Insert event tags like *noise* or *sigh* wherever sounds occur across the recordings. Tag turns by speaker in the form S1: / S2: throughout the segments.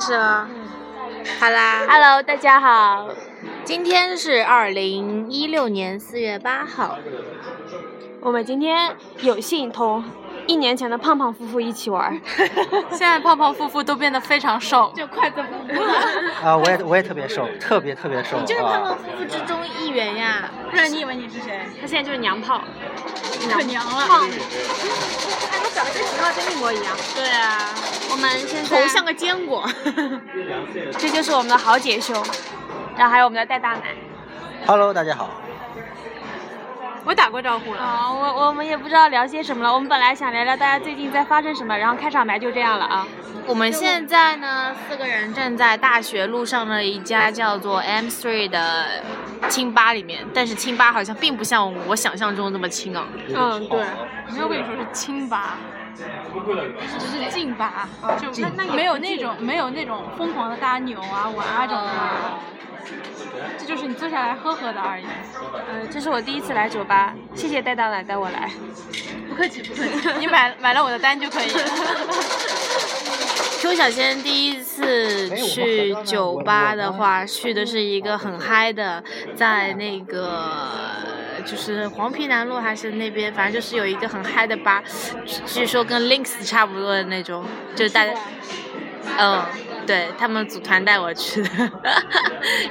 S1: 是啊，好啦，
S2: Hello，大家好，
S1: 啊今天是二零一六年四月八号，
S2: 我们今天有幸同一年前的胖胖夫妇一起玩儿，
S3: 现在胖胖夫妇都变得非常瘦，
S2: 就筷子夫妇。
S4: 啊、我也我也特别瘦，特别特别瘦。
S1: 你就是
S4: 啊
S1: 胖胖夫妇之中一员呀。
S3: 不然你以为你是谁？
S2: 他现在就是娘炮，
S3: 可娘了。
S2: 胖子。哎，他长得跟秦昊真一模一样。
S3: 对啊，
S2: 我们现在
S1: 头像个坚果，
S2: 这就是我们的好姐兄，然后还有我们的戴大奶。
S4: Hello，大家好。
S2: 我打过招呼了。啊，我我们也不知道聊些什么了。我们本来想聊聊大家最近在发生什么，然后开场白就这样了啊。
S1: 我们现在呢四个人正在大学路上的一家叫做 M Three 的清吧里面，但是清吧好像并不像我想象中那么清昂。
S2: 嗯对
S3: 没有跟你说是清吧，只是劲吧，就那那没有那种没有那种疯狂的大家扭啊玩啊这种的，这就是你坐下来喝喝的而已。
S2: 嗯，这是我第一次来酒吧，谢谢戴大奶带我来。
S3: 不客气不客气，你买买了我的单就可以了。
S1: Q 小仙第一次去酒吧的话，去的是一个很嗨的，在那个就是黄陂南路还是那边，反正就是有一个很嗨的吧，据说跟 Links 差不多的那种，就是大家，嗯，对他们组团带我去的， *laughs*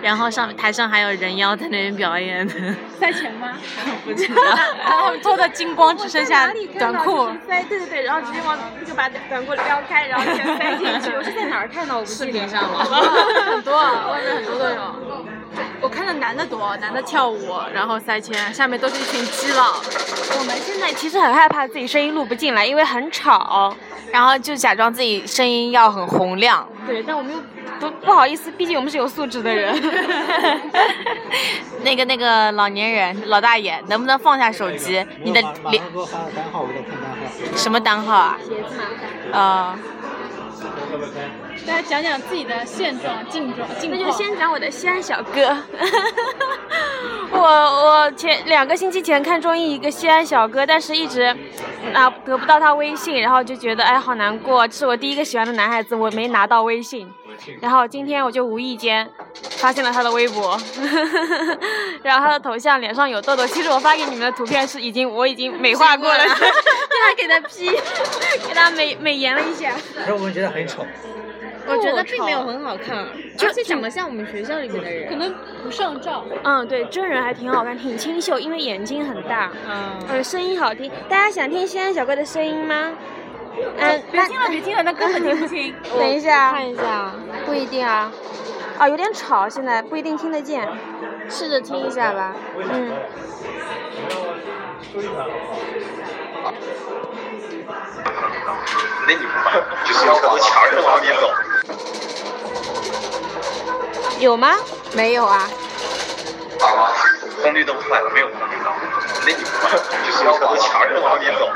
S1: 然后上台上还有人妖在那边表演的，
S3: 塞钱
S1: *laughs*
S3: 吗？
S1: 不知道。
S3: 然 *laughs* 后脱的精光只剩下短裤，
S2: 塞，对对对，然后直接往就把短裤撩开，然后全塞进去。我是在哪儿看到？我不记得。
S1: 上
S3: 很多，啊，外面很多都有。我看到男的多，男的跳舞，然后塞钱，下面都是一群基佬。
S2: 我们现在其实很害怕自己声音录不进来，因为很吵。
S1: 然后就假装自己声音要很洪亮， *laughs*
S2: 对，但我们又不不好意思，毕竟我们是有素质的人。 *laughs*
S1: 那个那个老年人老大爷，能不能放下手机？你的
S4: 马
S1: 脸
S4: 上给我发个单号，我给看单号。
S1: 什么单号啊？啊、
S3: 大家讲讲自己的现状、近状、近
S2: 那
S3: 况。
S2: 就先讲我的西安小哥。 *laughs* 我我前两个星期前看中医一个西安小哥，但是一直啊得不到他微信，然后就觉得哎好难过，这是我第一个喜欢的男孩子，我没拿到微信。然后今天我就无意间发现了他的微博， *laughs* 然后他的头像脸上有痘痘，其实我发给你们的图片是已经我已经美化过了，
S1: 经过了
S2: *laughs* 给他给他 P，给他美美颜了一下。
S4: 可是我们觉得很丑。
S1: 我觉得并没有很好看，啊而且长得像我们学校里面的
S3: 可
S1: 人。
S3: 能不上照，
S2: 嗯，对，真人还挺好看，挺清秀，因为眼睛很大。
S1: 嗯，
S2: 嗯，声音好听。大家想听西安小哥的声音吗？嗯，
S3: 别
S2: 那
S3: 听了，别听了，那根本听不清。
S2: *laughs* 等一下，啊
S1: 看一下，
S2: 不一定啊。啊，有点吵，现在不一定听得见，
S1: 试着听一下吧。
S2: 嗯。
S5: 那你就是要往墙上往里走。
S2: 有吗？没有啊。
S5: 啊，红绿灯坏了，没有红绿灯。那你就是要往墙上往里走。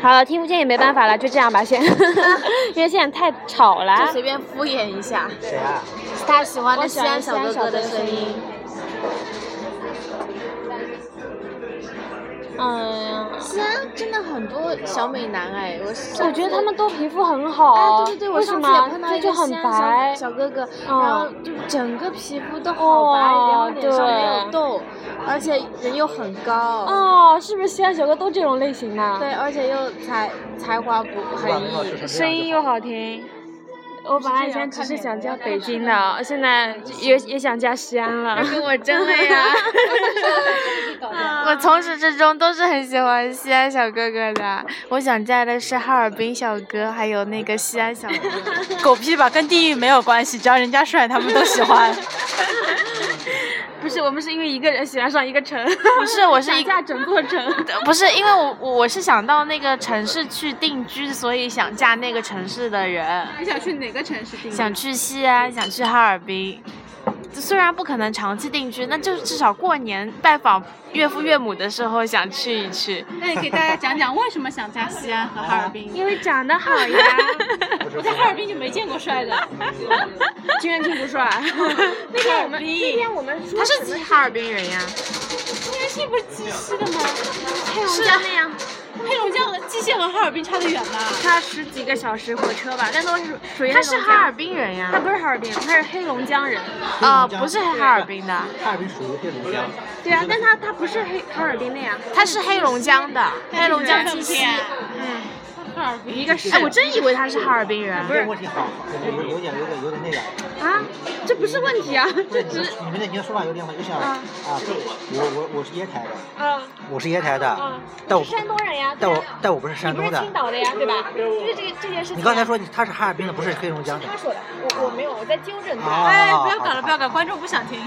S2: 好了，听不见也没办法了，就这样吧，
S1: *laughs*
S2: 先，因为现在太吵了。
S1: 随便敷衍一下，
S4: 谁啊？
S1: 他喜欢
S2: 我
S1: 的
S2: 喜
S1: 西
S2: 欢
S1: 安小哥哥的声音。嗯，西安真的很多小美男哎，我上次
S2: 我觉得他们都皮肤很好，
S1: 哎，对对对，我
S2: 为什
S1: 上次也
S2: 么
S1: 碰到
S2: 他
S1: 一
S2: 就
S1: 个
S2: 很
S1: 西安小
S2: 白？
S1: 小哥哥，
S2: 嗯
S1: 然后就整个皮肤都好白，然后
S2: 哦
S1: 脸上没有
S2: 对
S1: 痘，而且人又很高，
S2: 哦，是不是西安小哥都这种类型啊呢？
S1: 对，而且又才才华不横溢，
S2: 声音又好听。我本来以前只是想叫北京的，现在也也想叫西安了。
S1: 跟我争了
S2: *laughs*
S1: 呀！我从始至终都是很喜欢西安小哥哥的，我想嫁的是哈尔滨小哥，还有那个西安小哥哥。
S3: 狗屁吧，跟地域没有关系，只要人家帅，他们都
S1: *laughs*
S3: 喜欢。
S2: 不是，我们是因为一个人喜欢上一个城，
S1: 不是，我是
S2: 想
S1: 一 *laughs* 个
S2: 嫁整座城。
S1: 不是，因为我我是想到那个城市去定居，所以想嫁那个城市的人。
S3: 你想去哪个城市定
S1: 想去西安，想去哈尔滨。虽然不可能长期定居，那就是至少过年拜访岳父岳母的时候想去一去。
S3: 那你给大
S4: *laughs*
S3: 家讲讲为什么想嫁西安和哈尔滨？
S2: 因为长得好呀， *laughs*
S3: 我在哈尔滨就没见过
S1: *laughs*
S3: 帅的。
S2: 居然听不帅。 *laughs* 那天我们那天我们说
S1: 他是哈尔滨人呀，
S3: 西安系不是鸡西的吗？
S2: 太阳家那样，
S3: 黑龙江蓟县和哈尔滨差得远呐。
S2: 差十几个小时火车吧，但都是属于
S1: 他
S2: 那
S1: 是
S2: 种
S1: 哈尔滨人
S2: 他
S1: 呀，
S2: 不是哈尔滨，他是黑龙江人。
S1: 啊、不是哈尔滨的，
S4: 哈尔滨属于黑龙江。
S2: 对啊，但他他不是黑哈尔滨的呀。
S1: 他是黑龙江的，黑龙江
S3: 更
S1: 蓟县
S3: 偏。
S1: 嗯，
S3: 哈尔滨
S2: 一个是
S1: 哎，我真以为他是哈尔滨人。
S4: 这个问题好，有有点有点有点那个，
S2: *laughs* 啊，这不是问题啊，
S4: 不
S2: 这
S4: 是你
S2: 只
S4: 们
S2: 是
S4: 你们的你的说法有点问题，就像啊，我我我是烟台的，
S2: *laughs* 嗯
S4: 我是烟台的
S2: 嗯，，
S4: 但我
S2: 你是山东人呀，对
S4: 但我
S2: 啊，
S4: 但我不是山
S2: 你不
S4: 东
S2: 是
S4: 的
S2: 青。岛的呀，对吧？就是这个这件事情啊。
S4: 你刚才说你他是哈尔滨的，不是黑龙江的
S2: 他。说的，我我没有，我在纠正他。
S4: 啊
S3: 哎，不要搞了，不要搞了，观众不想听。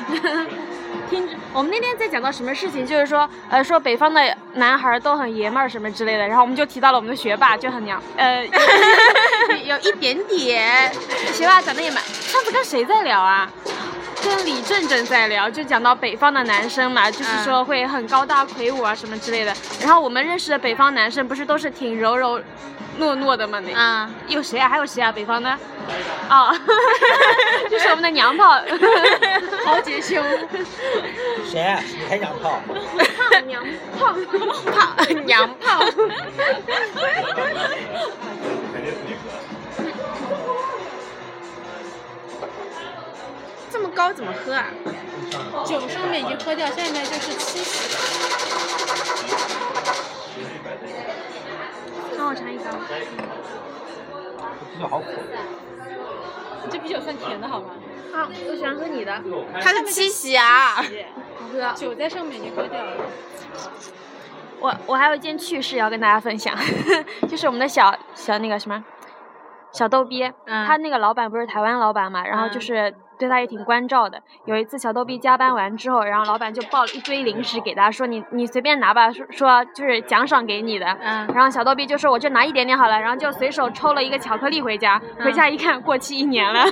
S2: 听着，我们那天在讲到什么事情，就是说，呃，说北方的男孩都很爷们儿什么之类的，然后我们就提到了我们的学霸，就很娘，呃， *laughs*
S1: 有一点点，
S2: 学霸长得也蛮。上次跟谁在聊啊？跟李正正在聊，就讲到北方的男生嘛，就是说会很高大魁梧啊什么之类的。然后我们认识的北方男生不是都是挺柔柔糯糯的吗？那、
S1: 啊、
S2: 有谁啊？还有谁啊？北方的？哦， *laughs* 就是我们的娘炮，
S3: 豪
S2: *laughs*
S3: 杰兄，
S4: 谁啊？你才娘炮？
S2: 胖娘炮，
S1: 泡娘炮。 *laughs* 这么高怎么喝啊？
S3: 酒上面已经喝掉，下面就是七喜。
S2: 帮我尝一尝。
S4: 比较好苦。
S3: 这啤酒算甜的好吗？
S2: 啊，我喜欢喝你的。
S1: 它是七喜啊！
S2: 好喝。
S3: 酒在上面已经喝掉了。
S2: 我我还有一件趣事要跟大家分享， *laughs* 就是我们的小小那个什么小逗逼，
S1: 嗯
S2: 他那个老板不是台湾老板嘛，然后就
S1: 嗯
S2: 是对他也挺关照的。有一次小逗逼加班完之后，然后老板就报了一堆零食给他，说你你随便拿吧，说说就是奖赏给你的。
S1: *laughs* 嗯，
S2: 然后小逗逼就说我就拿一点点好了，然后就随手抽了一个巧克力回家，回家一看过期一年 *laughs* 了，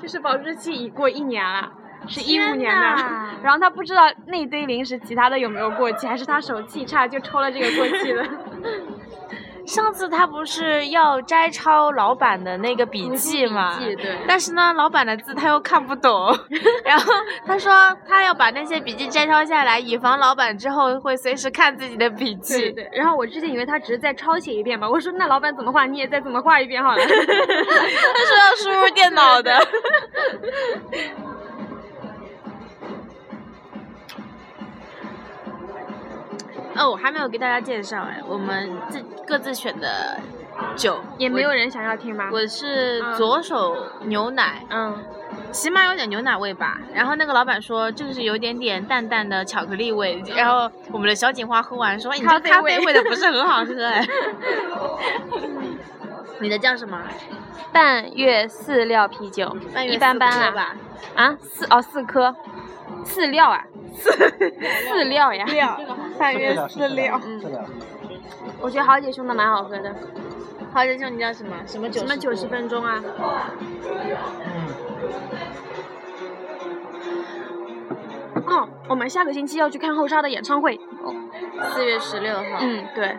S2: 就是保质期已过一年了，是一五
S1: 天
S2: 年的
S1: 哪。
S2: 然后他不知道那堆零食其他的有没有过期，还是他手气差就抽了这个过期的。
S1: 上次他不是要摘抄老板的那个笔记嘛？
S2: 记 *laughs* 对
S1: 但是呢，老板的字他又看不懂， *laughs* 然后他说他要把那些笔记摘抄下来，以防老板之后会随时看自己的笔记。
S2: 对对对，然后我之前以为他只是再抄写一遍吧，我说那老板怎么画你也再怎么画一遍 *laughs* 好了。
S1: 他说要输入电脑的。 *laughs* 哦，我还没有给大家介绍哎，我们自各自选的酒
S2: 也没有。人想要听吗
S1: 我？我是
S2: 嗯
S1: 左手牛奶，
S2: 嗯，
S1: 起码有点牛奶味吧。然后那个老板说这个是有点点淡淡的巧克力味。然后我们的小警花喝完说：“哎，你这
S2: 咖
S1: 个
S2: 啡
S1: 咖
S2: 味
S1: 啡味的不是很好喝
S2: *laughs*
S1: 哎。”你的叫什么？
S2: 半月饲料啤酒，
S1: 半月
S2: 一般般
S1: 四颗
S2: 啦。
S1: 吧。
S2: 啊，四哦四颗， *laughs* 饲料啊，饲料呀，
S3: 这个好
S4: 半月饲料，是的。
S2: 我觉得豪姐兄的蛮好喝的，
S1: 好仁兄，你叫什么？什么酒？
S2: 什么九十？分钟啊，
S4: 嗯，
S2: 哦，我们下个星期要去看后沙的演唱会，
S1: 四月十六号。
S2: 嗯对，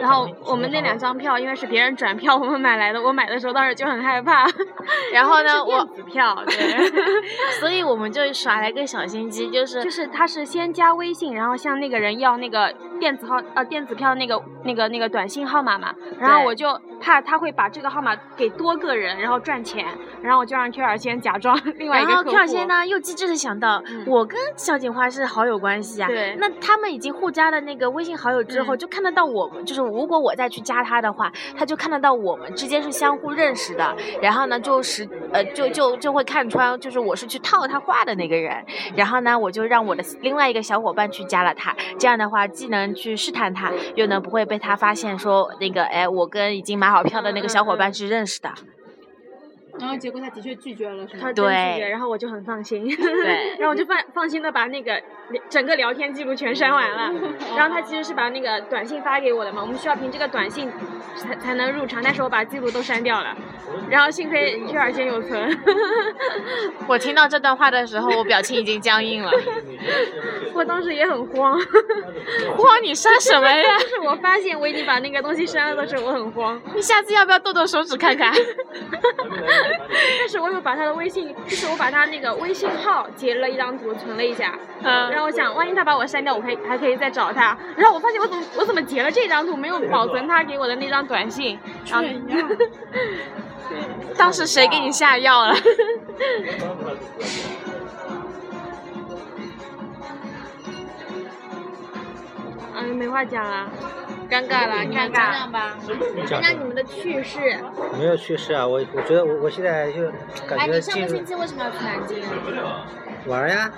S2: 然后我们那两张票因为是别人转票，我们买来的，我买的时候当时就很害怕， *laughs*
S1: 然后呢，
S2: 是电
S1: 我
S2: 子票对。 *laughs*
S1: 所以我们就耍了一个小心机，就是
S2: 就是他是先加微信，然后向那个人要那个电子号呃电子票那个那个那个短信号码嘛，然后
S1: 对
S2: 我就怕他会把这个号码给多个人，然后赚钱，然后我就让 Q 二先假装 *laughs* 另外一
S1: 然
S2: 个
S1: 后
S2: 客
S1: Q 二
S2: 户
S1: 先？呢又机智的想到，
S2: 嗯
S1: 我跟小警花是好友关系啊，
S2: 对
S1: 那他们已经互加了那个微信好友之后，
S2: 嗯
S1: 就看得到我们，就是如果我再去加他的话，他就看得到我们之间是相互认识的，然后呢就实呃就就就会看穿，就是我是去套他话的那个人，然后呢我就让我的另外一个小伙伴去加了他，这样的话既能去试探他，又能不会被他发现说那个哎我跟已经买好票的那个小伙伴是认识的，
S3: 然后结果他的确拒绝了，是吗
S2: 他？真拒
S1: 对
S2: 绝，然后我就很
S1: *laughs*
S2: 放心，
S1: 对，
S2: 然后我就放放心的把那个整个聊天记录全删完了。然后他其实是把那个短信发给我的嘛，我们需要凭这个短信才才能入场，但是我把记录都删掉了，然后幸亏 Q 二先有存。 *laughs*
S1: 我听到这段话的时候，我表情已经僵硬了。
S2: 我当时也很慌， *laughs* 慌你删什么呀？但是我发现我已经把那个东西删了的时候，我很慌。
S1: 你下次要不要动动手指看看？
S2: *laughs* 但是我有把他的微信，就是我把他那个微信号截了一张图存了一下，
S1: 嗯
S2: 然后我想，万一他把我删掉，我可以还可以再找他。然后我发现我怎么我怎么截了这张图，没有保存他给我的那张短信，然后
S3: 蠢
S2: *laughs*
S3: 呀
S1: 当时谁给你下药了？
S2: 嗯没话讲了。嗯
S1: 尴尬了，你看
S2: 尴尬
S1: 讲讲吧。
S2: 讲
S4: 讲
S2: 讲你们的趣事。
S4: 没有去世啊，我我觉得我我现在就
S6: 哎
S1: 哎
S4: 感觉进入
S1: 为什么要去南京啊？嗯
S4: 玩儿呀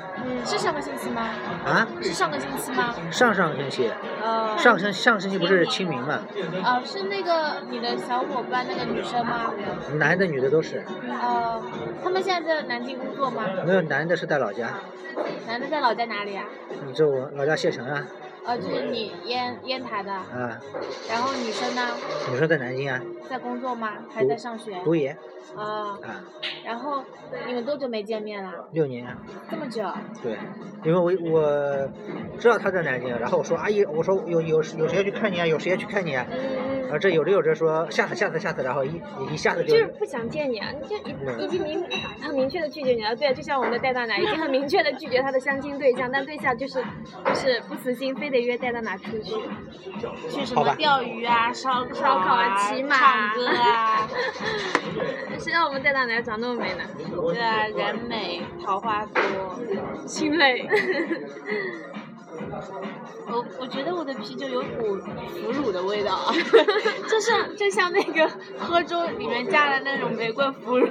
S1: 是上个星期吗？
S4: 啊，
S1: 是上个星期吗？
S4: 上上星期，
S1: 呃
S4: 上星上星期不是清明嘛，
S1: 啊，是那个你的小伙伴那个女生吗？
S4: 男的女的都是，
S1: 呃，他们现在在南京工作吗？
S4: 没有男的是在老家，
S1: 男的在老家哪里啊？
S4: 你这我老家县城啊
S1: 呃，就是你烟烟台的，
S4: 啊，
S1: 然后女生呢，
S4: 女生在南京啊，
S1: 在工作吗？还在上学？
S4: 读研
S1: 啊，
S4: 啊，
S1: 然后你们多久没见面了？
S4: 六年啊。
S1: 这么久？
S4: 对，因为我我知道他在南京，然后我说阿姨，我说有有有谁要去看你啊？有谁要去看你啊？
S2: 嗯，
S4: 然后这有着有着说下次下次下次，然后一一下子就
S2: 就是不想见你啊，你就已已经明很明确的拒绝你了。对，啊就像我们的戴大奶已经很明确的拒绝他的相亲对象，但对象就是就是不死心，非得约戴大奶出去。
S1: 去什
S4: 好吧
S1: 么钓鱼啊、烧烤、
S2: 烧烤啊骑马啊
S1: 唱歌
S2: *laughs*
S1: 啊，
S2: 谁让我们戴大奶长那么美呢？
S1: 对啊，人美桃花多。
S2: 心累。
S1: 我我觉得我的啤酒有股腐乳的味道啊，就像就像那个喝粥里面加的那种玫瑰腐乳。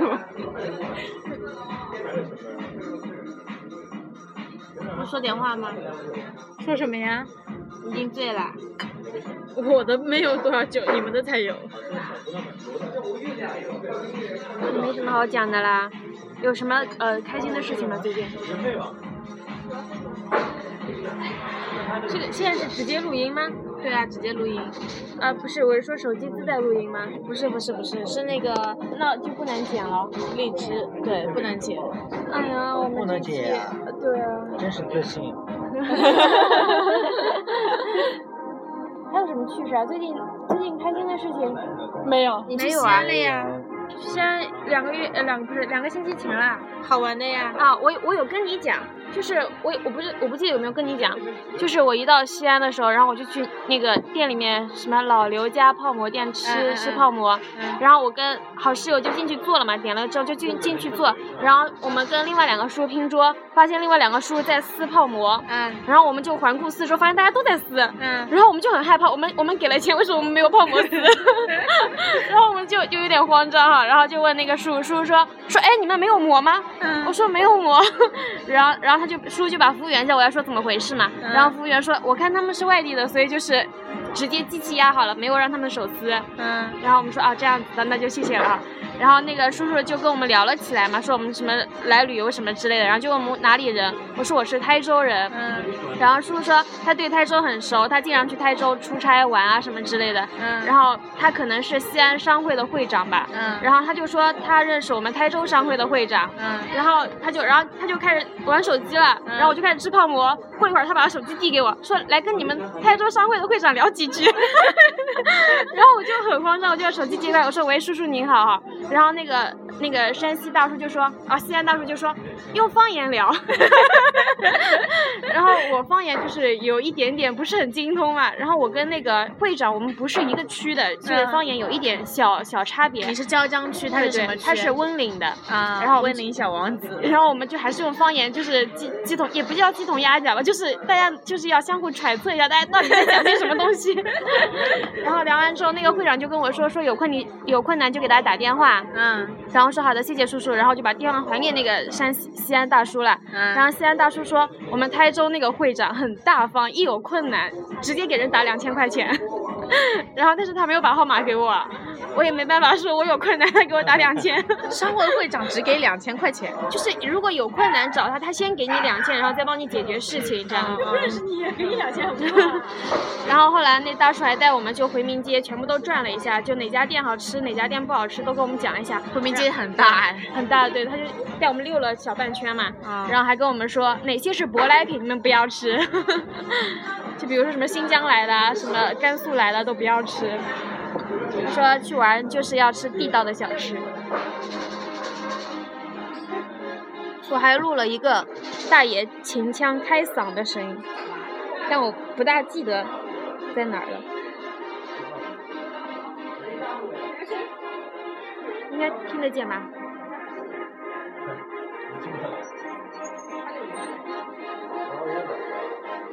S1: 能说点话吗？
S3: 说什么呀？
S1: 已经醉了。
S2: 我的没有多少酒，你们的才有。没什么好讲的啦，有什么呃开心的事情吗？最近？这个现在是直接录音吗？
S1: 对啊，直接录音。
S2: 啊，不是，我是说手机自带录音吗？
S1: 不是不是不是，是那个
S2: 那就不能剪了。
S1: 荔枝，对，不能剪。
S2: 哎呀，我
S4: 不
S2: 们
S4: 能
S2: 这期
S4: 解啊，
S2: 对啊。
S4: 真是自信。
S2: *laughs* 还有什么趣事啊？最近最近开心的事情？
S1: 没有，你
S2: 没
S1: 去
S2: 有
S1: 西
S2: 啊
S1: 安了呀，
S2: 虽然两个月呃两不是两个星期前啦。
S1: 好玩的呀。
S2: 啊，我我有跟你讲，就是我我不是我不记得有没有跟你讲，就是我一到西安的时候，然后我就去那个店里面什么老刘家泡馍店吃、
S1: 嗯嗯嗯
S2: 吃泡馍，
S1: 嗯
S2: 然后我跟好室友就进去坐了嘛，点了之后就进进去坐，然后我们跟另外两个叔拼桌，发现另外两个叔在撕泡馍，
S1: 嗯
S2: 然后我们就环顾四周，发现大家都在撕，
S1: 嗯，
S2: 然后我们就很害怕，我们我们给了钱，为什么我们没有泡馍丝？ *laughs* 然后我们就就有点慌张哈，然后就问那个叔叔说说，哎，你们没有馍吗？
S1: 嗯
S2: 我说没有馍， *laughs* 然后然后他就叔就把服务员叫过来说怎么回事嘛，
S1: 嗯
S2: 然后服务员说我看他们是外地的，所以就是直接机器压好了，没有让他们手撕。
S1: 嗯
S2: 然后我们说啊，这样子的，那就谢谢了啊。然后那个叔叔就跟我们聊了起来嘛，说我们什么来旅游什么之类的，然后就问我们哪里人，我说我是台州人，
S1: 嗯
S2: 然后叔叔说他对台州很熟，他经常去台州出差玩啊什么之类的。
S1: 嗯，
S2: 然后他可能是西安商会的会长吧，
S1: 嗯
S2: 然后他就说他认识我们台州商会的会长，
S1: 嗯
S2: 然后他就然后他就开始玩手机了，
S1: 嗯
S2: 然后我就开始吃泡馍。过一会儿他把手机递给我说来跟你们台州商会的会长聊几句， *laughs* 然后我就很慌张，我就把手机接过来，我说喂叔叔您好哈，然后那个那个山西大叔就说啊西安大叔就说用方言聊， *laughs* 然后我方言就是有一点点不是很精通嘛，然后我跟那个会长我们不是一个区的，所以
S1: 嗯
S2: 方言有一点小小差别。
S1: 你是椒江区，他
S2: 对
S1: 是什
S2: 啊对
S1: 么区？
S2: 他是温岭的。
S1: 啊，
S2: 然后我们
S1: 温岭小王子。
S2: 然后我们就还是用方言，就是鸡鸡同，也不叫鸡同鸭讲吧，就是大家就是要相互揣测一下，大家到底在讲些什么
S1: *laughs*
S2: 东西。然后聊完之后，那个会长就跟我说，说有困你有困难就给大家打电话，
S1: 嗯
S2: 然后说好的，谢谢叔叔，然后就把电话还给那个山西西安大叔了。
S1: 嗯，
S2: 然后西安大叔说，我们台州那个会长很大方，一有困难直接给人打两千块钱。 *laughs* 然后但是他没有把号码给我，我也没办法说，我有困难他 *laughs* 给我打两千。
S6: 商会会长只给两千块钱，
S2: 就是如果有困难找他，他先给你两千，然后再帮你解决事情，这样。 *laughs*
S3: 认识你也给你两千，很棒啊
S2: 然后后来那大叔还带我们就回民街，全部都转了一下，就哪家店好吃，哪家店不好吃都跟我们讲一下。
S1: 回民街很大哎，
S2: 很大，对，他就带我们溜了小半圈嘛，然后还跟我们说哪些是舶来品，你们不要吃， *laughs* 就比如说什么新疆来的啊，什么甘肃来的都不要吃。他说去玩就是要吃地道的小吃。我还录了一个大爷秦腔开嗓的声音，但我不大记得在哪儿了。应该听得见吧？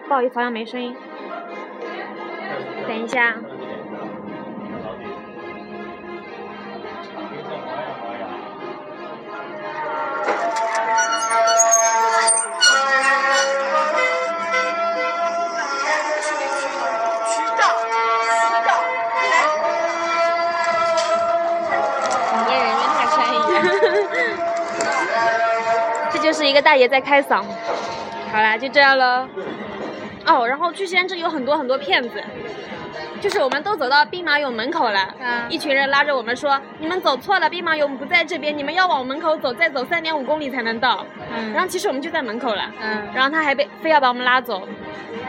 S2: 不好意思，好像没声音。等一下，
S6: 你跟人猿大山一样。
S2: *laughs* 这就是一个大爷在开嗓。好啦，就这样喽。哦，然后去西安这里有很多很多骗子，就是我们都走到兵马俑门口了，
S1: 嗯
S2: 一群人拉着我们说：“你们走错了，兵马俑不在这边，你们要往门口走，再走三点五公里才能到。然后其实我们就在门口了，
S1: 嗯
S2: 然后他还被非要把我们拉走，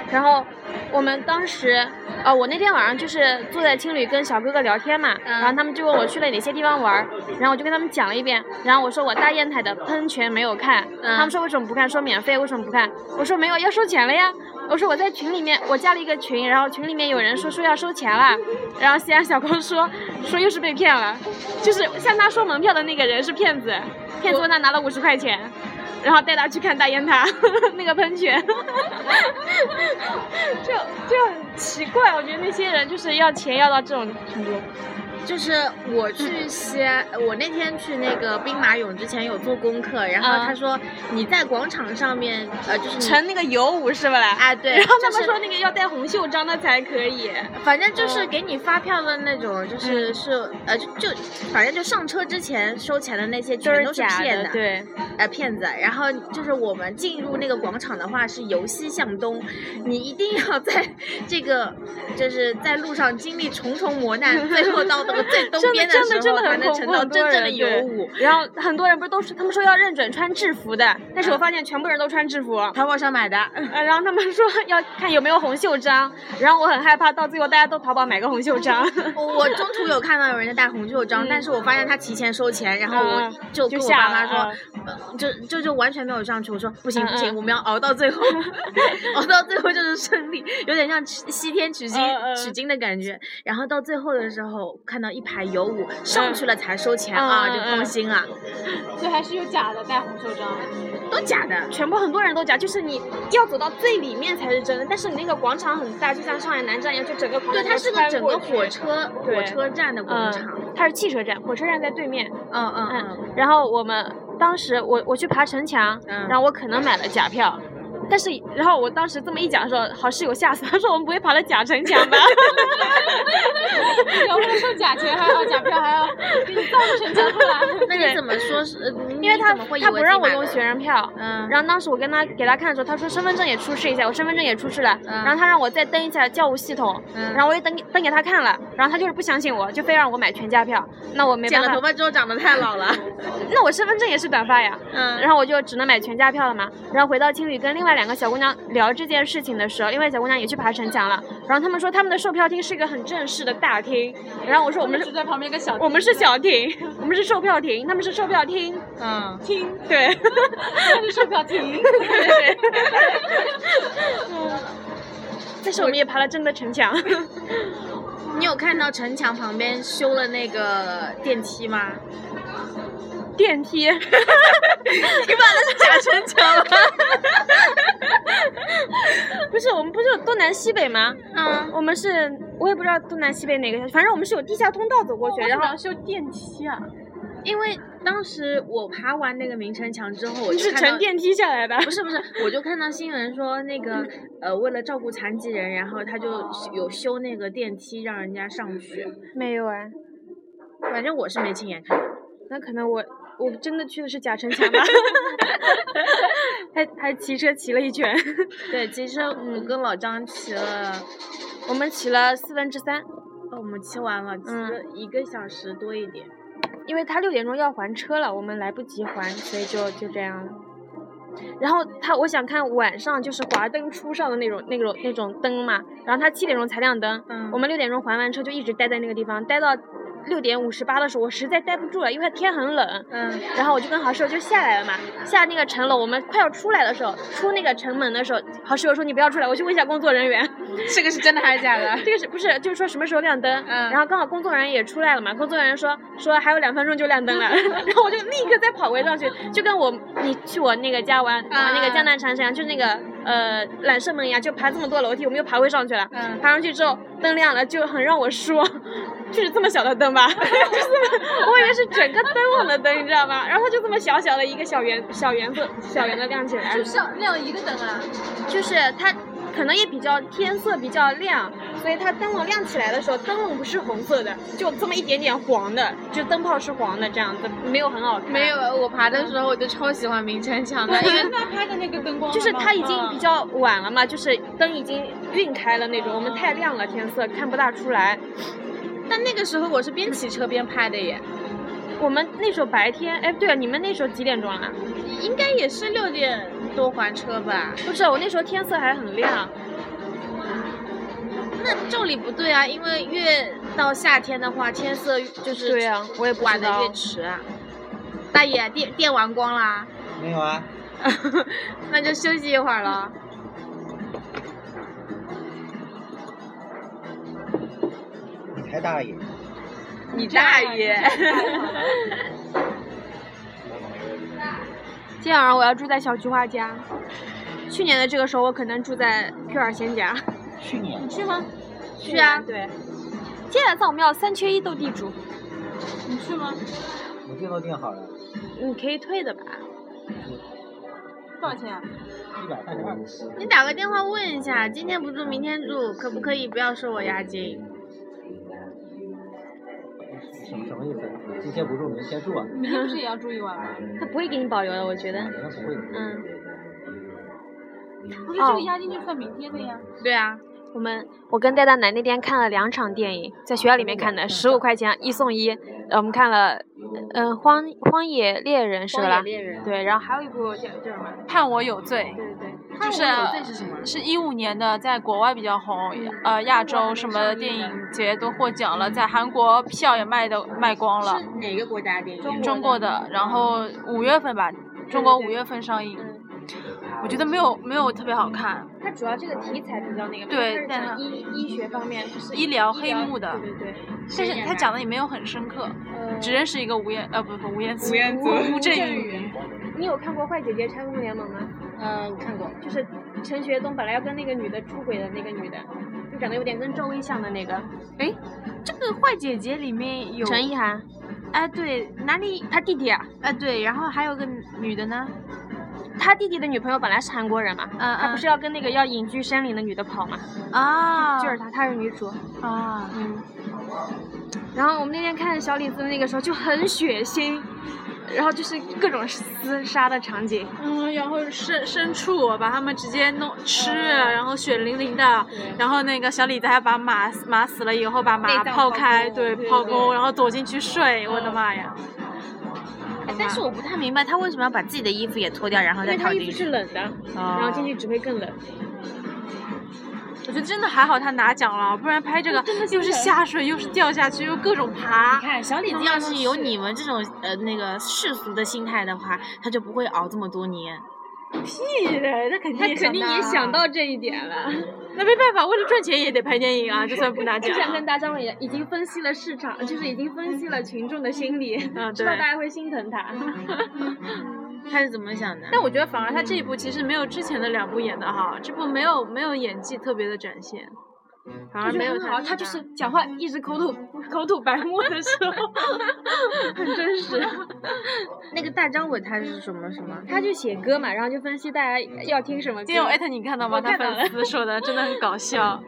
S2: 然后我们当时，哦，我那天晚上就是坐在青旅跟小哥哥聊天嘛，
S1: 嗯
S2: 然后他们就问我去了哪些地方玩儿，然后我就跟他们讲了一遍，然后我说我大雁塔的喷泉没有看，
S1: 嗯
S2: 他们说为什么不看？说免费，为什么不看？我说没有，要收钱了呀。我说我在群里面，我加了一个群，然后群里面有人说说要收钱了，然后西安小哥说说又是被骗了，就是向他收门票的那个人是骗子，骗子问他拿了五十块钱，然后带他去看大雁塔 *laughs* 那个喷泉，就就很奇怪，我觉得那些人就是要钱要到这种程度，
S1: 就是我去西安，我那天去那个兵马俑之前有做功课，然后
S2: 嗯
S1: 他说你在广场上面，呃，就是你
S2: 成那个尤舞是吧？啦？
S1: 啊，对，
S2: 然后他
S1: 就
S2: 们
S1: 是
S2: 说那个要带红袖章的才可以，
S1: 反正
S2: 嗯
S1: 就是给你发票的那种，就是是呃就就反正就上车之前收钱的那些全都是
S2: 假
S1: 骗的，
S2: 对，
S1: 呃骗子。然后就是我们进入那个广场的话是由西向东，你一定要在这个就是在路上经历重重磨难，最后到那个
S2: *laughs*
S1: 最东
S2: 真
S1: 边
S2: 的真的
S1: 时
S2: 真
S1: 候
S2: 的
S1: 才
S2: 很
S1: 能
S2: 恐
S1: 乘
S2: 怖，
S1: 到
S2: 很多
S1: 真正的
S2: 人
S1: 尤
S2: 对
S1: 舞。
S2: 然后很多人不是都是他们说要认准穿制服的，
S1: 嗯
S2: 但是我发现全部人都穿制服。
S1: 淘宝上买的，
S2: 呃，然后他们说要看有没有红袖章，然后我很害怕，到最后大家都淘宝买个红
S1: *laughs*
S2: 袖章，
S1: 我我中途有看到有人在戴红袖章，
S2: 嗯
S1: 但是我发现他提前收钱，然后我
S2: 嗯
S1: 就
S2: 就
S1: 跟我
S2: 下
S1: 爸妈
S2: 了
S1: 说，呃就就就完全没有上去。我说不行
S2: 嗯
S1: 不行，
S2: 嗯
S1: 我们要熬到
S2: *laughs*
S1: 最后， *laughs* 熬到最后就是胜利，有点像取西天取经
S2: 嗯嗯
S1: 取经的感觉。然后到最后的时候，看到一排尤舞上去了才收钱啊，
S2: 嗯嗯嗯
S1: 就放心了，
S3: 所以还是有假的戴红袖章。
S1: 都假的。
S2: 全部很多人都讲，就是你要走到最里面才是真的，但是你那个广场很大，就像上海南站一样，就整个广
S1: 对，
S2: 场
S1: 它
S2: 都
S1: 是个
S2: 穿
S1: 整
S2: 过
S1: 个
S2: 去
S1: 火车火
S2: 对
S1: 车站的广场，
S2: 嗯，它是汽车站，火车站在对面，
S1: 嗯嗯嗯
S2: 嗯，然后我们当时我我去爬城墙，
S1: 嗯
S2: 然后我可能买了假票。但是，然后我当时这么一讲的时候，好室友吓死，他说我们不会爬了 *laughs* 假城墙
S1: *laughs*
S2: 吧？
S3: 要为了收假钱，还要假票，还要给你造个城墙出来。
S1: *laughs* 那你怎么说是？呃
S2: 因为
S1: 你
S2: 他
S1: 怎么会以
S2: 他
S1: 为
S2: 不
S1: 自己
S2: 让我
S1: 买
S2: 用
S1: 了
S2: 学生票，
S1: 嗯，
S2: 然后当时我跟他给他看的时候，他说身份证也出示一下，我身份证也出示了，
S1: 嗯
S2: 然后他让我再登一下教务系统，
S1: 嗯
S2: 然后我也登给登给他看了，然后他就是不相信我，就非让我买全价票，那我没
S1: 剪
S2: 办
S1: 了头
S2: 法，
S1: 发之后长得太
S2: *laughs*
S1: 老了，
S2: 那我身份证也是短发呀，
S1: 嗯，
S2: 然后我就只能买全价票了嘛。然后回到青旅跟另外两个小姑娘聊这件事情的时候，另外小姑娘也去爬城墙了。然后他们说他们的售票厅是一个很正式的大厅，然后我说我们
S3: 只
S2: 是。
S3: 在旁边一个小，
S2: 我们是，小厅，我们是售票亭，他们是售票厅
S1: 嗯，
S2: 厅，对，
S3: 那是售票亭。
S2: 对但是我们也爬了真的城墙，
S1: 你有看到城墙旁边修了那个电梯吗？
S2: 电梯，
S1: 你把那是假城墙吗？
S2: 不是我们不是有东南西北吗？
S1: 嗯，
S2: 我们是，我也不知哦道东南西北哪个，反正我们是有地下通道走过去，然后
S3: 修电梯啊，
S1: 因为当时我爬完那个明城墙之后，我
S2: 你
S1: 就是看到
S2: 乘电梯下来的。
S1: 不是不是，我就看到新闻说那个呃，为了照顾残疾人，然后他就有修那个电梯让人家上去。
S2: 没有哎，
S1: 反正我是没亲眼看到。
S2: 那可能我我真的去的是甲城 *laughs* 墙吧，还还骑车骑了一圈，
S1: 对，其实我跟老张骑了，
S2: 我们骑了四分之三，
S1: 哦，我们骑完了，骑了一个小时多一点。
S2: 因为他六点钟要还车了，我们来不及还，所以就就这样了。然后他，我想看晚上就是华灯初上的那种、那种、那种灯嘛。然后他七点钟才亮灯，
S1: 嗯
S2: 我们六点钟还完车就一直待在那个地方，待到六点五十八的时候，我实在待不住了，因为天很冷。
S1: 嗯
S2: 然后我就跟好室友就下来了嘛，下那个城楼，我们快要出来的时候，出那个城门的时候，好室友说你不要出来，我去问一下工作人员。
S6: 这个是真的还是假的？
S2: *laughs* 这个是不是就是说什么时候亮灯？
S6: 嗯
S2: 然后刚好工作人员也出来了嘛，工作人员说说还有两分钟就亮灯
S6: *laughs*
S2: 了，然后我就立刻再跑回上去，就跟我你去我那个家玩、
S6: 啊
S2: 玩那个江南长城一样，就是那个呃揽胜门一样，就爬这么多楼梯，我们又爬回上去了。
S6: 嗯
S2: 爬上去之后灯亮了，就很让我失望， *laughs* 就是这么小的灯吧， *laughs* 就是我以为是整个灯笼的灯，你知道吗？然后就这么小小的一个小圆小圆色小圆的亮起来了
S3: 就。像亮一个灯啊，
S2: 就是它可能也比较天色比较亮，所以它灯笼亮起来的时候，灯笼不是红色的，就这么一点点黄的，就灯泡是黄的这样子，没有很好看。
S6: 没有，，我爬的时候我就超喜欢明城墙的，因为
S3: 那拍的那个灯光
S2: 就是它已经比
S3: 比较
S2: 较晚了嘛，就是灯已经晕开了那种，我们太亮了，天色看不大出来。
S6: 但那个时候我是边骑车边拍的耶，
S2: 我们那时候白天，哎，对了，你们那时候几点钟啊了？
S6: 应该也是六点多还车吧？
S2: 不是，我那时候天色还很亮。
S6: 那照理不对啊，因为越到夏天的话，天色就是
S2: 对啊呀、我也不
S6: 晚
S2: 知
S6: 的
S2: 道
S6: 越。迟啊。大爷，电电玩光啦，
S4: 没有啊，
S6: 那就休息一会儿了。
S4: *laughs* 你才大爷。
S6: 你大爷！
S2: *laughs* 今天晚上我要住在小菊花家。去年的这个时候，我可能住在 Q 二仙家。
S4: 去年
S2: 去吗？去
S6: 去啊
S2: 对。接下来在我们要三缺一斗地主，
S3: 你去吗？
S4: 我订都订好了，
S2: 你可以退的吧？
S3: 多少钱啊？
S4: 一百块钱二。
S1: 你打个电话问一下，今天不住明天住，可不可以不要收我押金？
S4: 什么什么意思？今天不住，明天住啊？
S3: 明天不是也要住一晚吗？
S2: 他不会给你保留的，我觉
S3: 哦
S2: 得。
S4: 应该不会。
S2: 嗯，
S3: 不是这个押金就算明天的呀。
S1: 对啊，
S2: 我们我跟戴大奶那天看了两场电影，在学校里面看
S3: 哦
S2: 的，十五块钱一送一。呃我们看了，嗯、呃，荒荒野猎人是
S1: 荒
S2: 吧
S1: 野？猎人。
S2: 对，然后还有一部叫叫什么？
S3: 判我有罪，
S2: 对对对，
S3: 就是是一五年的，在国外比较红，
S1: 嗯
S3: 呃，亚洲什么电影节都获奖了，在韩国票也卖的卖光了
S1: 是，哪个国家的电影？
S3: 中国的，然后五月份吧，中国五月份上映，我觉得没有没有特别好看，
S2: 它主要这个题材比较那个，
S3: 对
S2: 它是
S3: 但
S2: 讲医医学方面，就是
S3: 医疗黑幕的
S2: 对对对，
S3: 但
S1: 啊
S3: 是他讲的也没有很深刻，
S2: 呃
S3: 只认识一个吴彦呃不不吴彦祖
S6: 吴彦祖
S3: 吴
S1: *laughs*
S3: 镇宇，
S2: 你有看过《坏姐姐拆红联盟》吗？
S1: 嗯，看过。
S2: 就是陈学冬本来要跟那个女的出轨的那个女的，就长得有点跟赵薇像的那个
S1: 这个坏姐姐里面有
S2: 陈意涵，
S1: 哎，对，哪里？
S2: 他弟弟啊，
S1: 哎，对，然后还有个女的呢。
S2: 他弟弟的女朋友本来是韩国人嘛，
S1: 嗯嗯。
S2: 他不是要跟那个要隐居山林的女的跑嘛，
S1: 啊？
S2: 就是她，她是女主。
S3: 啊，
S2: 嗯。然后我们那天看小李子的那个时候就很血腥，然后就是各种厮杀的场景。
S3: 嗯，然后牲牲畜把他们直接弄吃，
S2: 嗯
S3: 啊然后血淋淋的，然后那个小李子还把马马死了以后把马泡开，对，抛钩，然后躲进去睡，我的妈呀！
S1: 哎但是我不太明白她为什么要把自己的衣服也脱掉，然后
S2: 因
S1: 再
S2: 为
S1: 套
S2: 她衣
S1: 进
S2: 服
S1: 去。
S2: 是冷的，然后进去只会更冷。
S3: 哦我觉得真的还好他拿奖了，不然拍
S1: 哦
S3: 这个又是下水又是掉下去又各种爬，
S1: 看小李子要是有你们这种呃那个世俗的心态的话，她就不会熬这么多年。
S3: 屁的，他肯定
S2: 她肯定也想
S3: 到，
S2: 到
S3: 啊
S2: 这一点了。
S3: 那没办法，为了赚钱也得拍电影啊，就算不拿
S2: 就
S1: *laughs*
S3: 奖。
S2: 像跟大张伟已经分析了市场，就是已经分析了群众的心理，
S3: 嗯
S2: 知道
S3: 对
S2: 大家会心疼他。
S1: 她是怎么想的？
S3: 但我觉得反而他这一部其实没有之前的两部演的好，这部没有没有演技特别的展现。
S1: 反而没有
S2: 好，他就是讲话一直口吐口吐白沫的时候， *laughs* 很真
S3: *laughs*
S2: 实。
S1: 那个大张伟他是什么什么？
S2: 他就写歌嘛，然后就分析大家要听什么歌。
S3: 今天我艾特你看到
S2: 我
S3: 吗？哦哎他
S2: 看到了
S3: 粉丝说的真的很搞 *laughs* 笑。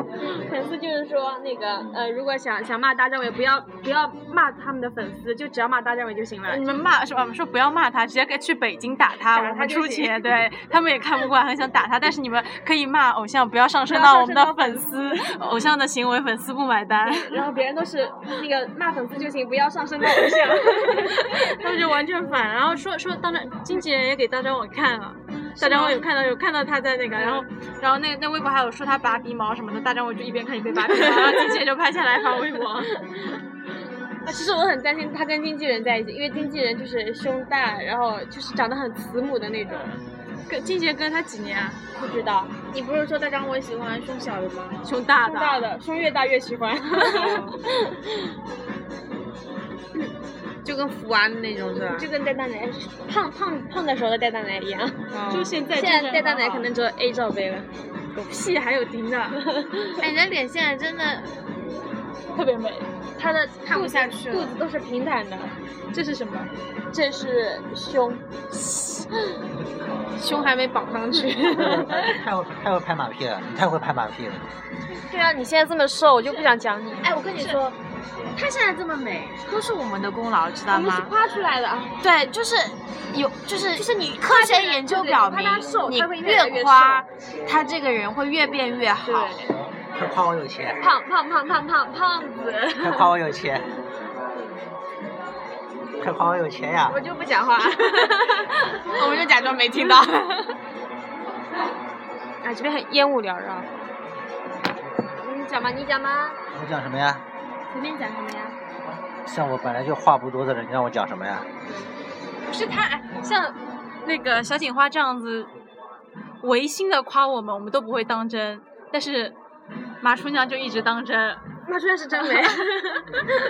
S2: 粉丝就是说那个呃，如果想想骂大张伟，不要不要骂他们的粉丝，就只要骂大张伟就行了。
S3: 你们骂说我啊们说不要骂他，直接给去北京打他，
S2: 打
S3: 我
S2: 他
S3: 们
S2: 就
S3: 出
S2: 行
S3: 钱，对他们也看不惯，很想打他，但是你们可以骂偶像，不要上升
S2: 不要
S3: 到我
S2: 上
S3: 们
S2: 升
S3: 的粉丝，偶像的行为粉丝不买单。
S2: 然后别人都是那个骂粉丝就行，不要上升到偶 *laughs* 像。
S3: 他们就完全反。然后说说当张经纪人也给大张伟看了，大张伟有看到有看到他在那个，然后然后那那微博还有说他拔鼻毛什么的，大张伟就一边看一边拔鼻毛，然后经纪人就拍下来发微博。
S2: 啊其实我很担心他跟经纪人在一起，因为经纪人就是胸大，然后就是长得很慈母的那种。
S3: 跟经纪人跟了他几年啊？
S2: 不知道，
S6: 你不是说大张伟喜欢胸小的吗？
S3: 胸大
S2: 胸大的胸越大越喜欢。
S6: 就跟福娃的那种是
S2: *laughs*
S6: 吧？
S2: 就跟带蛋奶胖胖胖的时候的带蛋奶一样，
S3: 就哦现在哦
S2: 现在带蛋奶可能只有 A 罩杯了。
S3: 有屁还有钉
S2: *laughs*
S3: 啊的，
S6: 哎，你的脸现在真的
S3: 特别美。
S6: 他的看不下去
S2: 肚
S6: 了。
S2: 子都是平坦的，
S3: 这是什么？
S2: 这是胸， *laughs* 胸还没绑上 *laughs* 去。
S4: 太会太会拍马屁了，你太会拍马屁了。
S2: 对啊，你现在这么瘦，我就不想讲你。
S6: 哎，我跟你说，她现在这么美，
S1: 都是我们的功劳，知道
S2: 我们是
S1: 吗？
S2: 夸出来的啊，
S1: 对，就是有，就是就是你科学研究表明
S6: 对夸他瘦，
S1: 你
S6: 他会越来越
S1: 夸他这个人会越变越好。
S4: 快夸我有钱，
S2: 胖胖胖胖胖胖子，
S4: 快夸我有钱，快夸我有钱呀！
S2: *laughs* 我就不讲 *laughs* 话。
S1: 我们就假装没听
S2: *laughs*
S1: 到。
S2: 啊，这边很烟雾缭绕。你讲吧，你讲吧，
S4: 我讲什么呀？
S2: 随便讲什么呀？
S4: 像我本来就话不多的人，你让我讲什么呀？
S3: 不是他，哎像那个小锦花这样子违心的夸我们，我们都不会当真。但是马厨娘就一直当真，
S2: 马春是真美，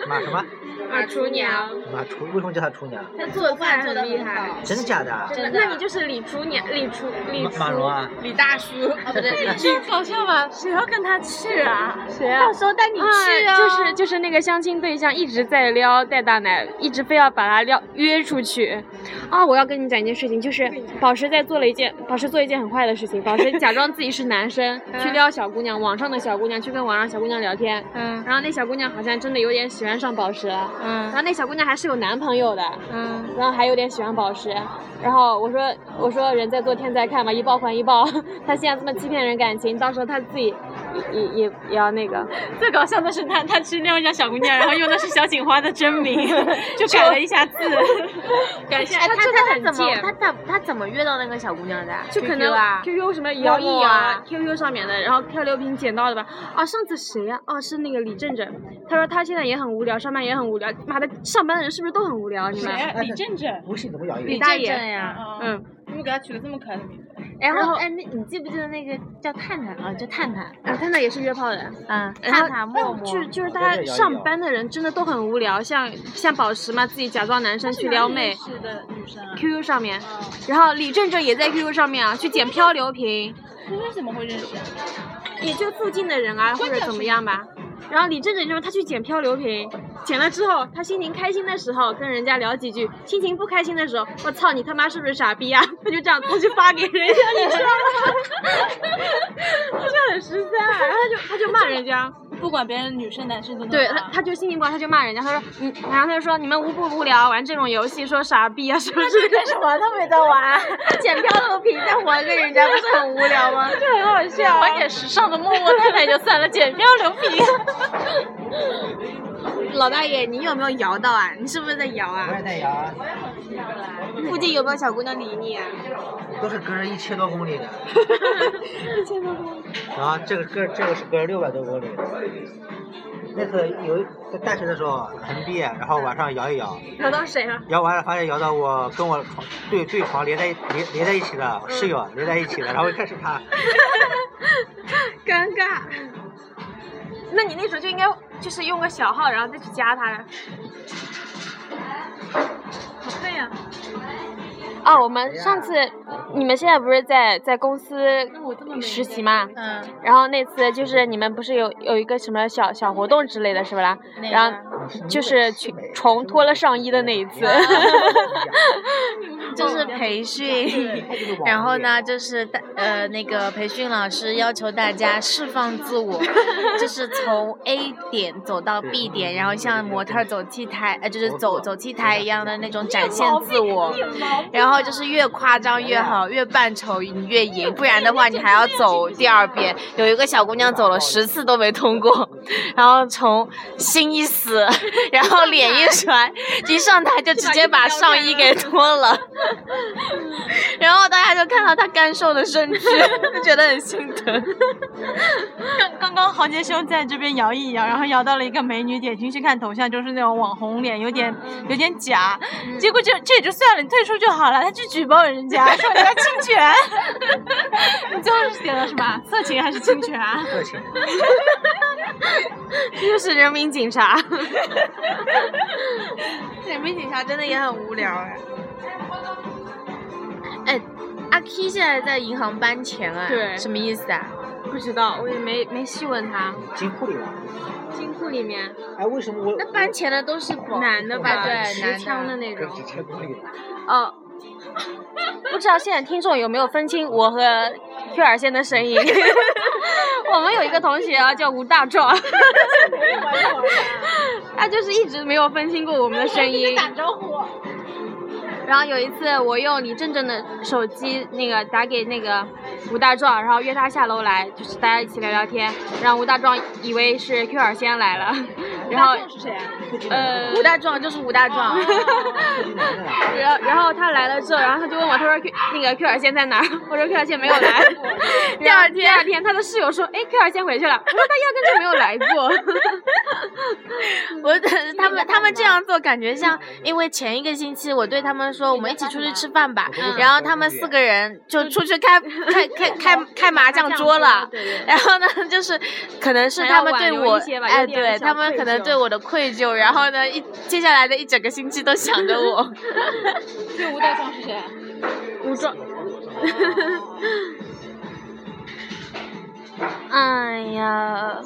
S4: 马什么？
S2: 马厨娘，
S4: 马厨？为什么叫她厨娘？
S6: 她啊做饭做的
S2: 很厉害
S6: 好。
S4: 真的假
S2: *laughs*
S4: 的啊？
S6: 真的
S2: 那你就是李厨娘，李厨李
S4: 马
S2: 厨
S4: 马蓉啊？
S6: 李大叔，
S2: 哦
S6: 啊不对，李
S3: *laughs* 这搞笑吧？谁要跟他去啊？
S2: *laughs* 谁啊？到时候带你
S6: 去啊
S2: 就是就是那个相亲对象一直在撩戴大奶，一直非要把他撩约出去。啊，我要跟你讲一件事情，就是宝石在做了一件，宝石做一件很坏的事情，宝石假装自己是男 *laughs* 生去撩小姑娘，网上的小姑娘去跟网上小姑娘聊天，
S3: 嗯
S2: 然后那小姑娘好像真的有点喜欢上宝石了，然
S3: 嗯
S2: 后那小姑娘还是有男朋友的，
S3: 嗯，
S2: 然后还有点喜欢宝石，然后我说我说人在做天在看嘛，一报还一报， *laughs* 他现在这么欺骗人感情，到时候他自己也也也也要那个，
S3: 最搞笑的是他，他去撩人家小姑娘，然后用的是小锦花的真
S2: *laughs*
S3: 名，就改了一下字。
S2: 感谢
S6: 哎，
S2: 他
S6: 他
S2: 真的
S6: 他
S2: 很
S6: 怎么
S2: 贱
S6: 他。怎他怎么约到那个小姑娘的啊？
S2: 就可能
S6: QQ 啊，
S2: QQ 什么摇一
S6: 陌陌
S2: 摇
S6: 啊
S2: ，QQ 上面的，然后漂流瓶捡到的吧？啊，上次谁呀、哦，是那个李正正，他说他现在也很无聊，上班也很无聊。妈的，上班的人是不是都很无聊？你们？
S4: 李
S3: 正正，
S4: 不信怎么咬
S2: 李
S4: 人？
S2: 大
S6: 正
S2: 爷，
S6: 呀。
S2: 嗯，
S3: 怎么给他取个这么可爱的名字？
S6: 然
S2: 然后
S6: 后啊哎，那你记不记得那个叫探探啊？叫探探，
S2: 啊，他那也是约炮的。
S6: 嗯，探
S2: 然
S6: 探
S2: 后
S6: 陌嗯
S2: 就
S6: 陌。
S2: 就是
S4: 我
S2: 大
S4: 在
S2: 家
S4: 这摇一
S2: 上
S4: 摇
S2: 班的人真的都很无聊，像像宝石嘛，自己假装男生去撩妹。
S3: 是的，女生啊。
S2: QQ 上面，然后李正正也在 QQ 上面啊，去捡漂流瓶，
S3: QQ 怎么会认识？啊
S2: 也就附近的人啊，或者怎么样吧。然后李正正就说他去捡漂流瓶，捡了之后，他心情开心的时候跟人家聊几句，心情不开心的时候，我操你他妈是不是傻逼啊？他就这样东西发给人家，你知道吗？ *laughs* 他就很实在，然后他就他就骂人家，
S3: 不管别人女生男生都能
S2: 对
S3: 骂
S2: 他他就心情不好，他就骂人家，他说嗯，然后他就说你们无不无聊玩这种游戏，说傻逼啊什么之类的。
S6: 什么都没
S2: *laughs*
S6: 在玩，捡漂流瓶在玩跟人家不是很无聊
S2: *laughs*
S6: 吗？
S2: 这很好笑、啊，玩点时尚的陌陌太太就算了，捡漂流瓶。
S6: 老大爷，你有没有摇到啊？你是不是在摇
S4: 我
S6: 啊？
S4: 也在咬啊，
S6: 附近有没有小姑娘理你啊？
S4: 都是隔着一千多公里的。一千多公里。啊，这个隔这个是隔着六百多公里的。那次有一在大学的时候横毕业，然后晚上摇一摇，
S2: *laughs* 聊到谁了？
S4: 摇完了发现摇到我跟我床对对床连在一连连在一起的我室友连在一起的，然后一看是他，
S2: *laughs* 尴尬。那你那时候就应该就是用个小号，然后再啊去加他。好看呀！哦，我们上次你们现在不是在在公司实习嘛？
S1: 嗯，
S2: 然后那次就是你们不是有有一个什么小小活动之类的，是不啦？
S1: 哪
S2: 然
S1: 个
S2: 后就是去重脱了上衣的那一次。 *laughs*
S1: 就是培
S2: *laughs*
S1: 训，然后呢，就是大呃那个培训老师要求大家释放自我， *laughs* 就是从 A 点走到 B 点，然后像模特儿走 T 台，呃，就是走走 T 台一样的那种展现自我，然后就是越夸张越好，越扮丑你越赢，不然的话你还要走第二遍。有一个小姑娘走了十次都没通过，然后从心一死， *laughs* 然后脸一甩，一上台 *laughs* 就直接把上衣给脱
S3: *laughs*
S1: 了，然后大家就看到她干瘦的身
S3: *laughs*
S1: 躯，就觉得很心疼。
S3: 刚刚刚豪杰兄在这边摇一摇，然后摇到了一个美女，点进去看头像就是那种网红脸，有点
S1: 嗯
S3: 有点假。结果这这也就算了，你退出就好了，他去举报人家，说人家侵
S1: *laughs*
S3: 权。你最后是写了什么？色情还是侵权啊？
S4: 热情。
S2: 又是人民警察。
S1: *laughs* 人民警察真的也很无聊哎。哎，阿 K 现在在银行搬钱哎，
S2: 对
S1: 什么意思啊？
S2: 不知道，我也没没细问他。
S4: 金库里了。
S2: 金库里面
S4: 哎，为什么我
S1: 那搬钱的都是宝
S2: 男的吧，
S1: 啊对
S2: 持枪的
S1: 男的
S2: 那种
S4: 跟。金库里了？
S2: *laughs* 哦，不知道现在听众有没有分清我和 Q 儿先的声音？ *laughs* 我们有一个同学啊，叫吴大壮， *laughs* 他就是一直没有分清过我们的声音。 *laughs* 打招呼。然后有一次，我用李正正的手机那个打给那个吴大壮，然后约他下楼来，就是大家一起聊聊天。然后吴大壮以为是 Q 儿先来了， *laughs* 然后
S3: 是谁啊？
S2: 呃，
S1: 武大壮就是武大壮，
S2: *laughs* 然后然后他来了之后，然后他就问我，他说 Q 那个 Q 二线在哪儿？我说 Q 二线没有来。
S1: *laughs*
S2: 第二天，第二天他的室友说，哎，Q 二线回去了。我说他压根就没有来过。
S1: *laughs* 我他们他们这样做感觉像，因为前一个星期我对他们说我们一起出去吃饭吧，
S4: 嗯
S1: 然后他们四个人就出去
S2: *laughs*
S1: 开开开开开麻将桌了。
S2: 对对。
S1: 然后呢，就是可能是
S2: 还
S1: 他
S2: 要
S1: 们
S2: 挽
S1: 对
S2: 留
S1: 我
S2: 一些，吧
S1: 哎，
S2: 有点
S1: 对
S2: 小
S1: 他们
S2: 愧
S1: 可能
S2: 疚
S1: 对我的愧疚，然后呢，一接下来的一整个星期都想着
S2: *laughs*
S1: 我。
S3: 这吴大壮是谁啊？
S2: 武装。哎呀，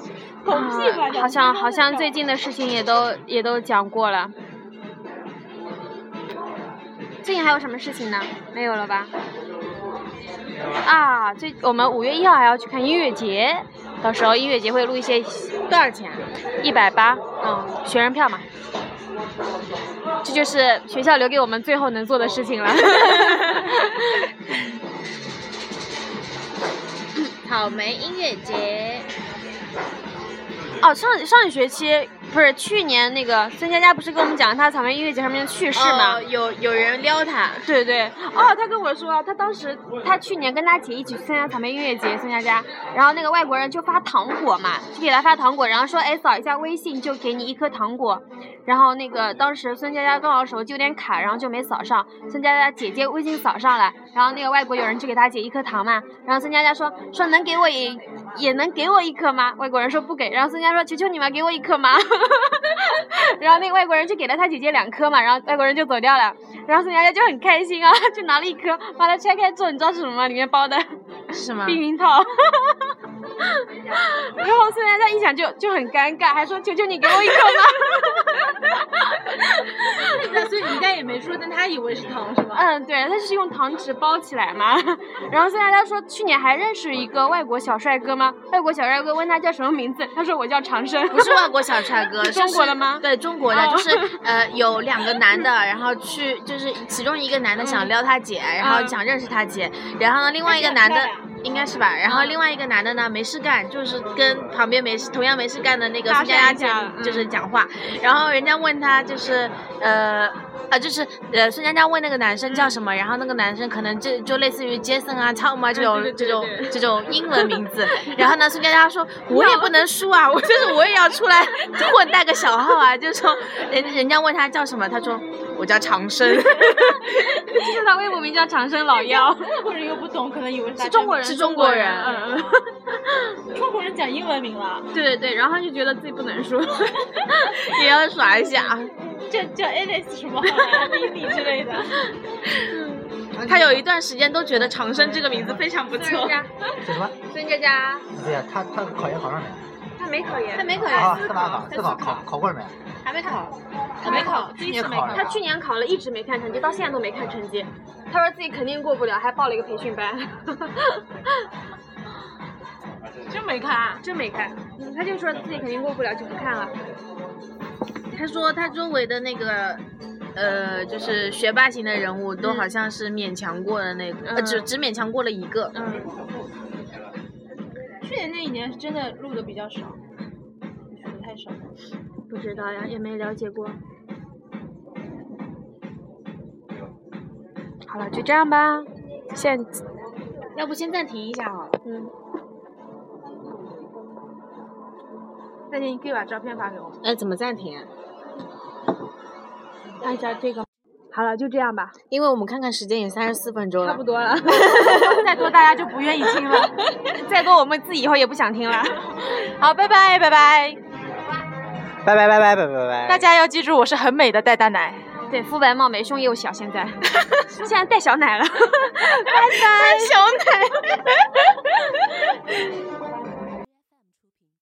S3: 狗屁吧
S2: 啊好像好像最近的事情也都也都讲过了。最近还有什么事情呢？没有了吧？啊，最我们五月一号还要去看音乐节，到时候音乐节会录一些
S1: 多少钱啊？
S2: 一百八，嗯，学生票嘛。这就是学校留给我们最后能做的事情了。 *laughs*
S6: 草莓音乐节，
S2: 哦，上上一学期不是去年那个孙佳佳不是跟我们讲她草莓音乐节上面的趣事吗？
S1: 哦有有人撩他，
S2: *laughs* 对对，哦，她跟我说，她当时她去年跟她姐一起去参加草莓音乐节，孙佳佳，然后那个外国人就发糖果嘛，就给她发糖果，然后说，哎，扫一下微信就给你一颗糖果，然后那个当时孙佳佳刚好手机有点卡，然后就没扫上，孙佳佳姐姐微信扫上了，然后那个外国友人就给她姐一颗糖嘛，然后孙佳佳说说能给我也也能给我一颗吗？外国人说不给，然后孙佳佳说求求你们给我一颗嘛， *laughs* 然后那个外国人就给了她姐姐两颗嘛，然后外国人就走掉了，然后孙佳佳就很开心啊， *laughs* 就拿了一颗，把它拆开之后，你知道是什么吗？里面包的
S1: 是什么？
S2: 避孕套。 *laughs* 然后孙佳佳一想就就很尴尬，还说求求你给我一颗吧。
S3: 那所以人家也没说，但他以为是糖是吧？
S2: 嗯，对，他是用糖纸包起来嘛。 *laughs* 然后孙佳佳说，去年还认识一个外国小帅哥吗？外国小帅哥问他叫什么名字，他说我叫长生。
S1: 不是外国小帅哥，
S2: 是
S1: 就
S2: 中国的吗
S1: 对，中国的，
S2: 哦
S1: 就是呃，有两个男的，然后去就是其中一个男的想撩他姐，然后
S2: 嗯
S1: 想认识他姐，然后呢，另外一个男的
S3: 他姐很漂。
S1: 应该是吧，然
S2: 嗯
S1: 后另外一个男的呢，没事干，就是跟旁边没事同样没事干的那个
S2: 搭
S1: 孙佳佳
S2: 讪一
S1: 姐
S2: 下嗯
S1: 就是讲话，然后人家问他就是呃啊就是呃孙佳佳问那个男生叫什么，然后那个男生可能就就类似于 Jason 啊、Tom 啊这种、
S2: 嗯对对对
S1: 这种
S2: 对
S1: 这种英文名字。然后呢，孙佳佳
S2: *laughs*
S1: 说：“我也不能输啊，我就是我也要出来混带个小号啊。”就说人人家问他叫什么，他说：“我叫长生。 *laughs*
S2: 就是他微博名叫长生老妖，
S3: 外国人又不懂，可能以为是他
S2: 是 *laughs* 中国人，
S1: 是
S2: 中
S1: 中国
S2: 人。
S1: 人
S2: 嗯嗯。
S3: 中国人讲英文名了，
S2: 对对对，然后就觉得自己不能输。
S1: 也要耍一下。啊
S3: *laughs* 叫叫 Alice 什么 Lily 之类的。
S1: 他有一段时间都觉得长生这个名字非常不错。
S4: 这什么？
S6: 孙佳佳，
S4: 对呀，他他考研考上没？
S2: 他没考研，
S6: 他没考
S4: 啊，
S6: 研，
S4: 司法考，司法考考过了没？
S6: 还没考，
S4: 他没考，今年考了。
S2: 他去年考了，一直没看成绩，到现在都没看成绩。他说自己肯定过不了，还报了一个培训班。 *laughs*
S3: 真没看啊。
S2: 真没看，嗯，他就说自己肯定过不了，就不看了。
S1: 他说他周围的那个，呃，就是学霸型的人物都好像是勉强过的那个，呃，只只勉强过了一个。
S2: 嗯，
S3: 去年那一年是真的录的比较少，录的太少了。
S2: 不知道呀，也没了解过。好了，就这样吧。现
S1: 要不先暂停一下哈、
S2: 嗯，
S3: 那你可以把照片发给我。
S1: 哎，怎么暂停、啊？
S2: 按一下这个。好了，就这样吧，
S1: 因为我们看看时间也三十四分钟
S2: 差
S1: 了
S2: 不。多了。
S3: *laughs* 再多大家就不愿意听了。
S2: 再多我们自己以后也不想听了。好，拜拜拜拜，
S4: 拜拜拜拜拜拜拜。
S3: 大家要记住，我是很美的戴大奶。 *laughs*
S2: 对，肤白貌美，胸又小，现在 *laughs* 现在带小奶了，拜拜。
S1: 小奶。